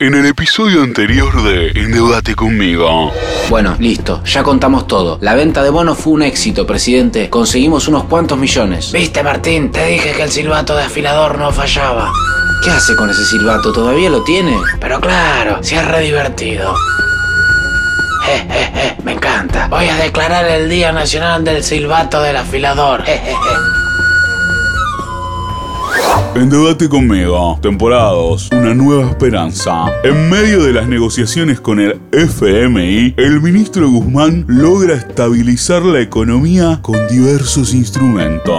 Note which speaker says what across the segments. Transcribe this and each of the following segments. Speaker 1: En el episodio anterior de Endeudate conmigo.
Speaker 2: Bueno, listo, ya contamos todo. La venta de bonos fue un éxito, presidente. Conseguimos unos cuantos millones.
Speaker 3: Viste, Martín, te dije que el silbato de afilador no fallaba.
Speaker 2: ¿Qué hace con ese silbato? ¿Todavía lo tiene?
Speaker 3: Pero claro, si es re divertido. Je, je, je, me encanta. Voy a declarar el Día Nacional del Silbato del Afilador. Je, je, je.
Speaker 1: Endeudate conmigo, temporada 2, una nueva esperanza. En medio de las negociaciones con el FMI, el ministro Guzmán logra estabilizar la economía con diversos instrumentos.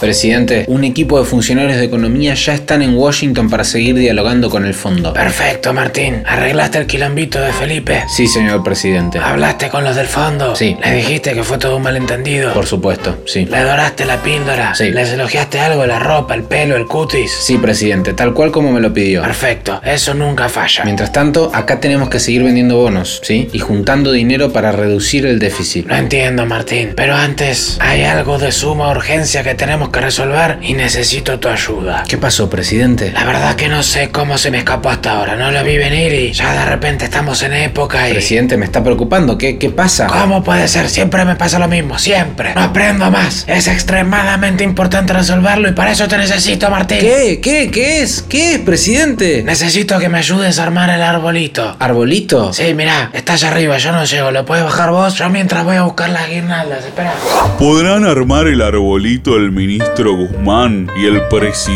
Speaker 2: Presidente, un equipo de funcionarios de economía ya están en Washington para seguir dialogando con el fondo.
Speaker 3: Perfecto, Martín. Arreglaste el quilombito de Felipe.
Speaker 2: Sí, señor presidente.
Speaker 3: Hablaste con los del fondo.
Speaker 2: Sí.
Speaker 3: Le dijiste que fue todo un malentendido.
Speaker 2: Por supuesto, sí.
Speaker 3: Le doraste la píldora.
Speaker 2: Ah, Sí.
Speaker 3: Les elogiaste algo, la ropa, el pelo, el cutis.
Speaker 2: Sí, presidente, tal cual como me lo pidió.
Speaker 3: Perfecto, eso nunca falla.
Speaker 2: Mientras tanto, acá tenemos que seguir vendiendo bonos, ¿sí? Y juntando dinero para reducir el déficit.
Speaker 3: Lo entiendo, Martín. Pero antes, hay algo de suma urgencia que tenemos que resolver y necesito tu ayuda.
Speaker 2: ¿Qué pasó, presidente?
Speaker 3: La verdad que no sé cómo se me escapó hasta ahora. No lo vi venir y ya de repente estamos en época y...
Speaker 2: Presidente, me está preocupando. ¿Qué, qué pasa?
Speaker 3: ¿Cómo puede ser? Siempre me pasa lo mismo, siempre. No aprendo más. Es extremadamente importante resolverlo y para eso te necesito, Martín.
Speaker 2: ¿Qué? ¿Qué? ¿Qué es? ¿Qué es, presidente?
Speaker 3: Necesito que me ayudes a armar el arbolito.
Speaker 2: ¿Arbolito?
Speaker 3: Sí, mirá, está allá arriba, yo no llego. ¿Lo puedes bajar vos? Yo mientras voy a buscar las guirnaldas, espera.
Speaker 1: ¿Podrán armar el arbolito el ministro Guzmán y el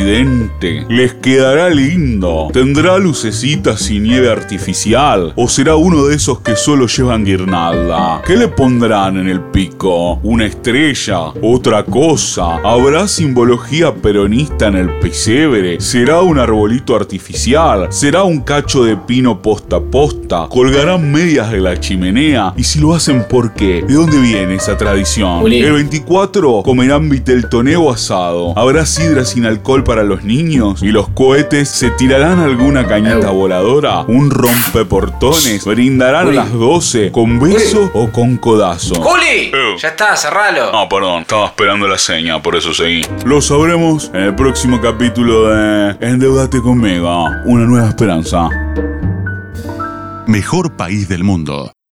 Speaker 1: presidente? Les quedará lindo. ¿Tendrá lucecitas y nieve artificial? ¿O será uno de esos que solo llevan guirnalda? ¿Qué le pondrán en el pico? ¿Una estrella? ¿Otra cosa? ¿Habrá simbología peronista en el pesebre? ¿Será un arbolito artificial? ¿Será un cacho de pino posta a posta? ¿Colgarán medias de la chimenea? ¿Y si lo hacen por qué? ¿De dónde viene esa tradición?
Speaker 2: Juli.
Speaker 1: El 24 comerán viteltoneo asado. Habrá sidra sin alcohol para los niños. Y los cohetes se tirarán alguna cañita
Speaker 2: Eu.
Speaker 1: voladora. Un rompeportones. Brindarán
Speaker 2: Juli.
Speaker 1: a las 12 con beso o con codazo.
Speaker 2: ¡Juli!
Speaker 1: Eh.
Speaker 2: Ya está, cerralo.
Speaker 1: Ah, perdón, estaba esperando la seña, por eso seguí. Lo sabremos en el próximo capítulo de Endeudate conmigo, una nueva esperanza.
Speaker 4: Mejor país del mundo.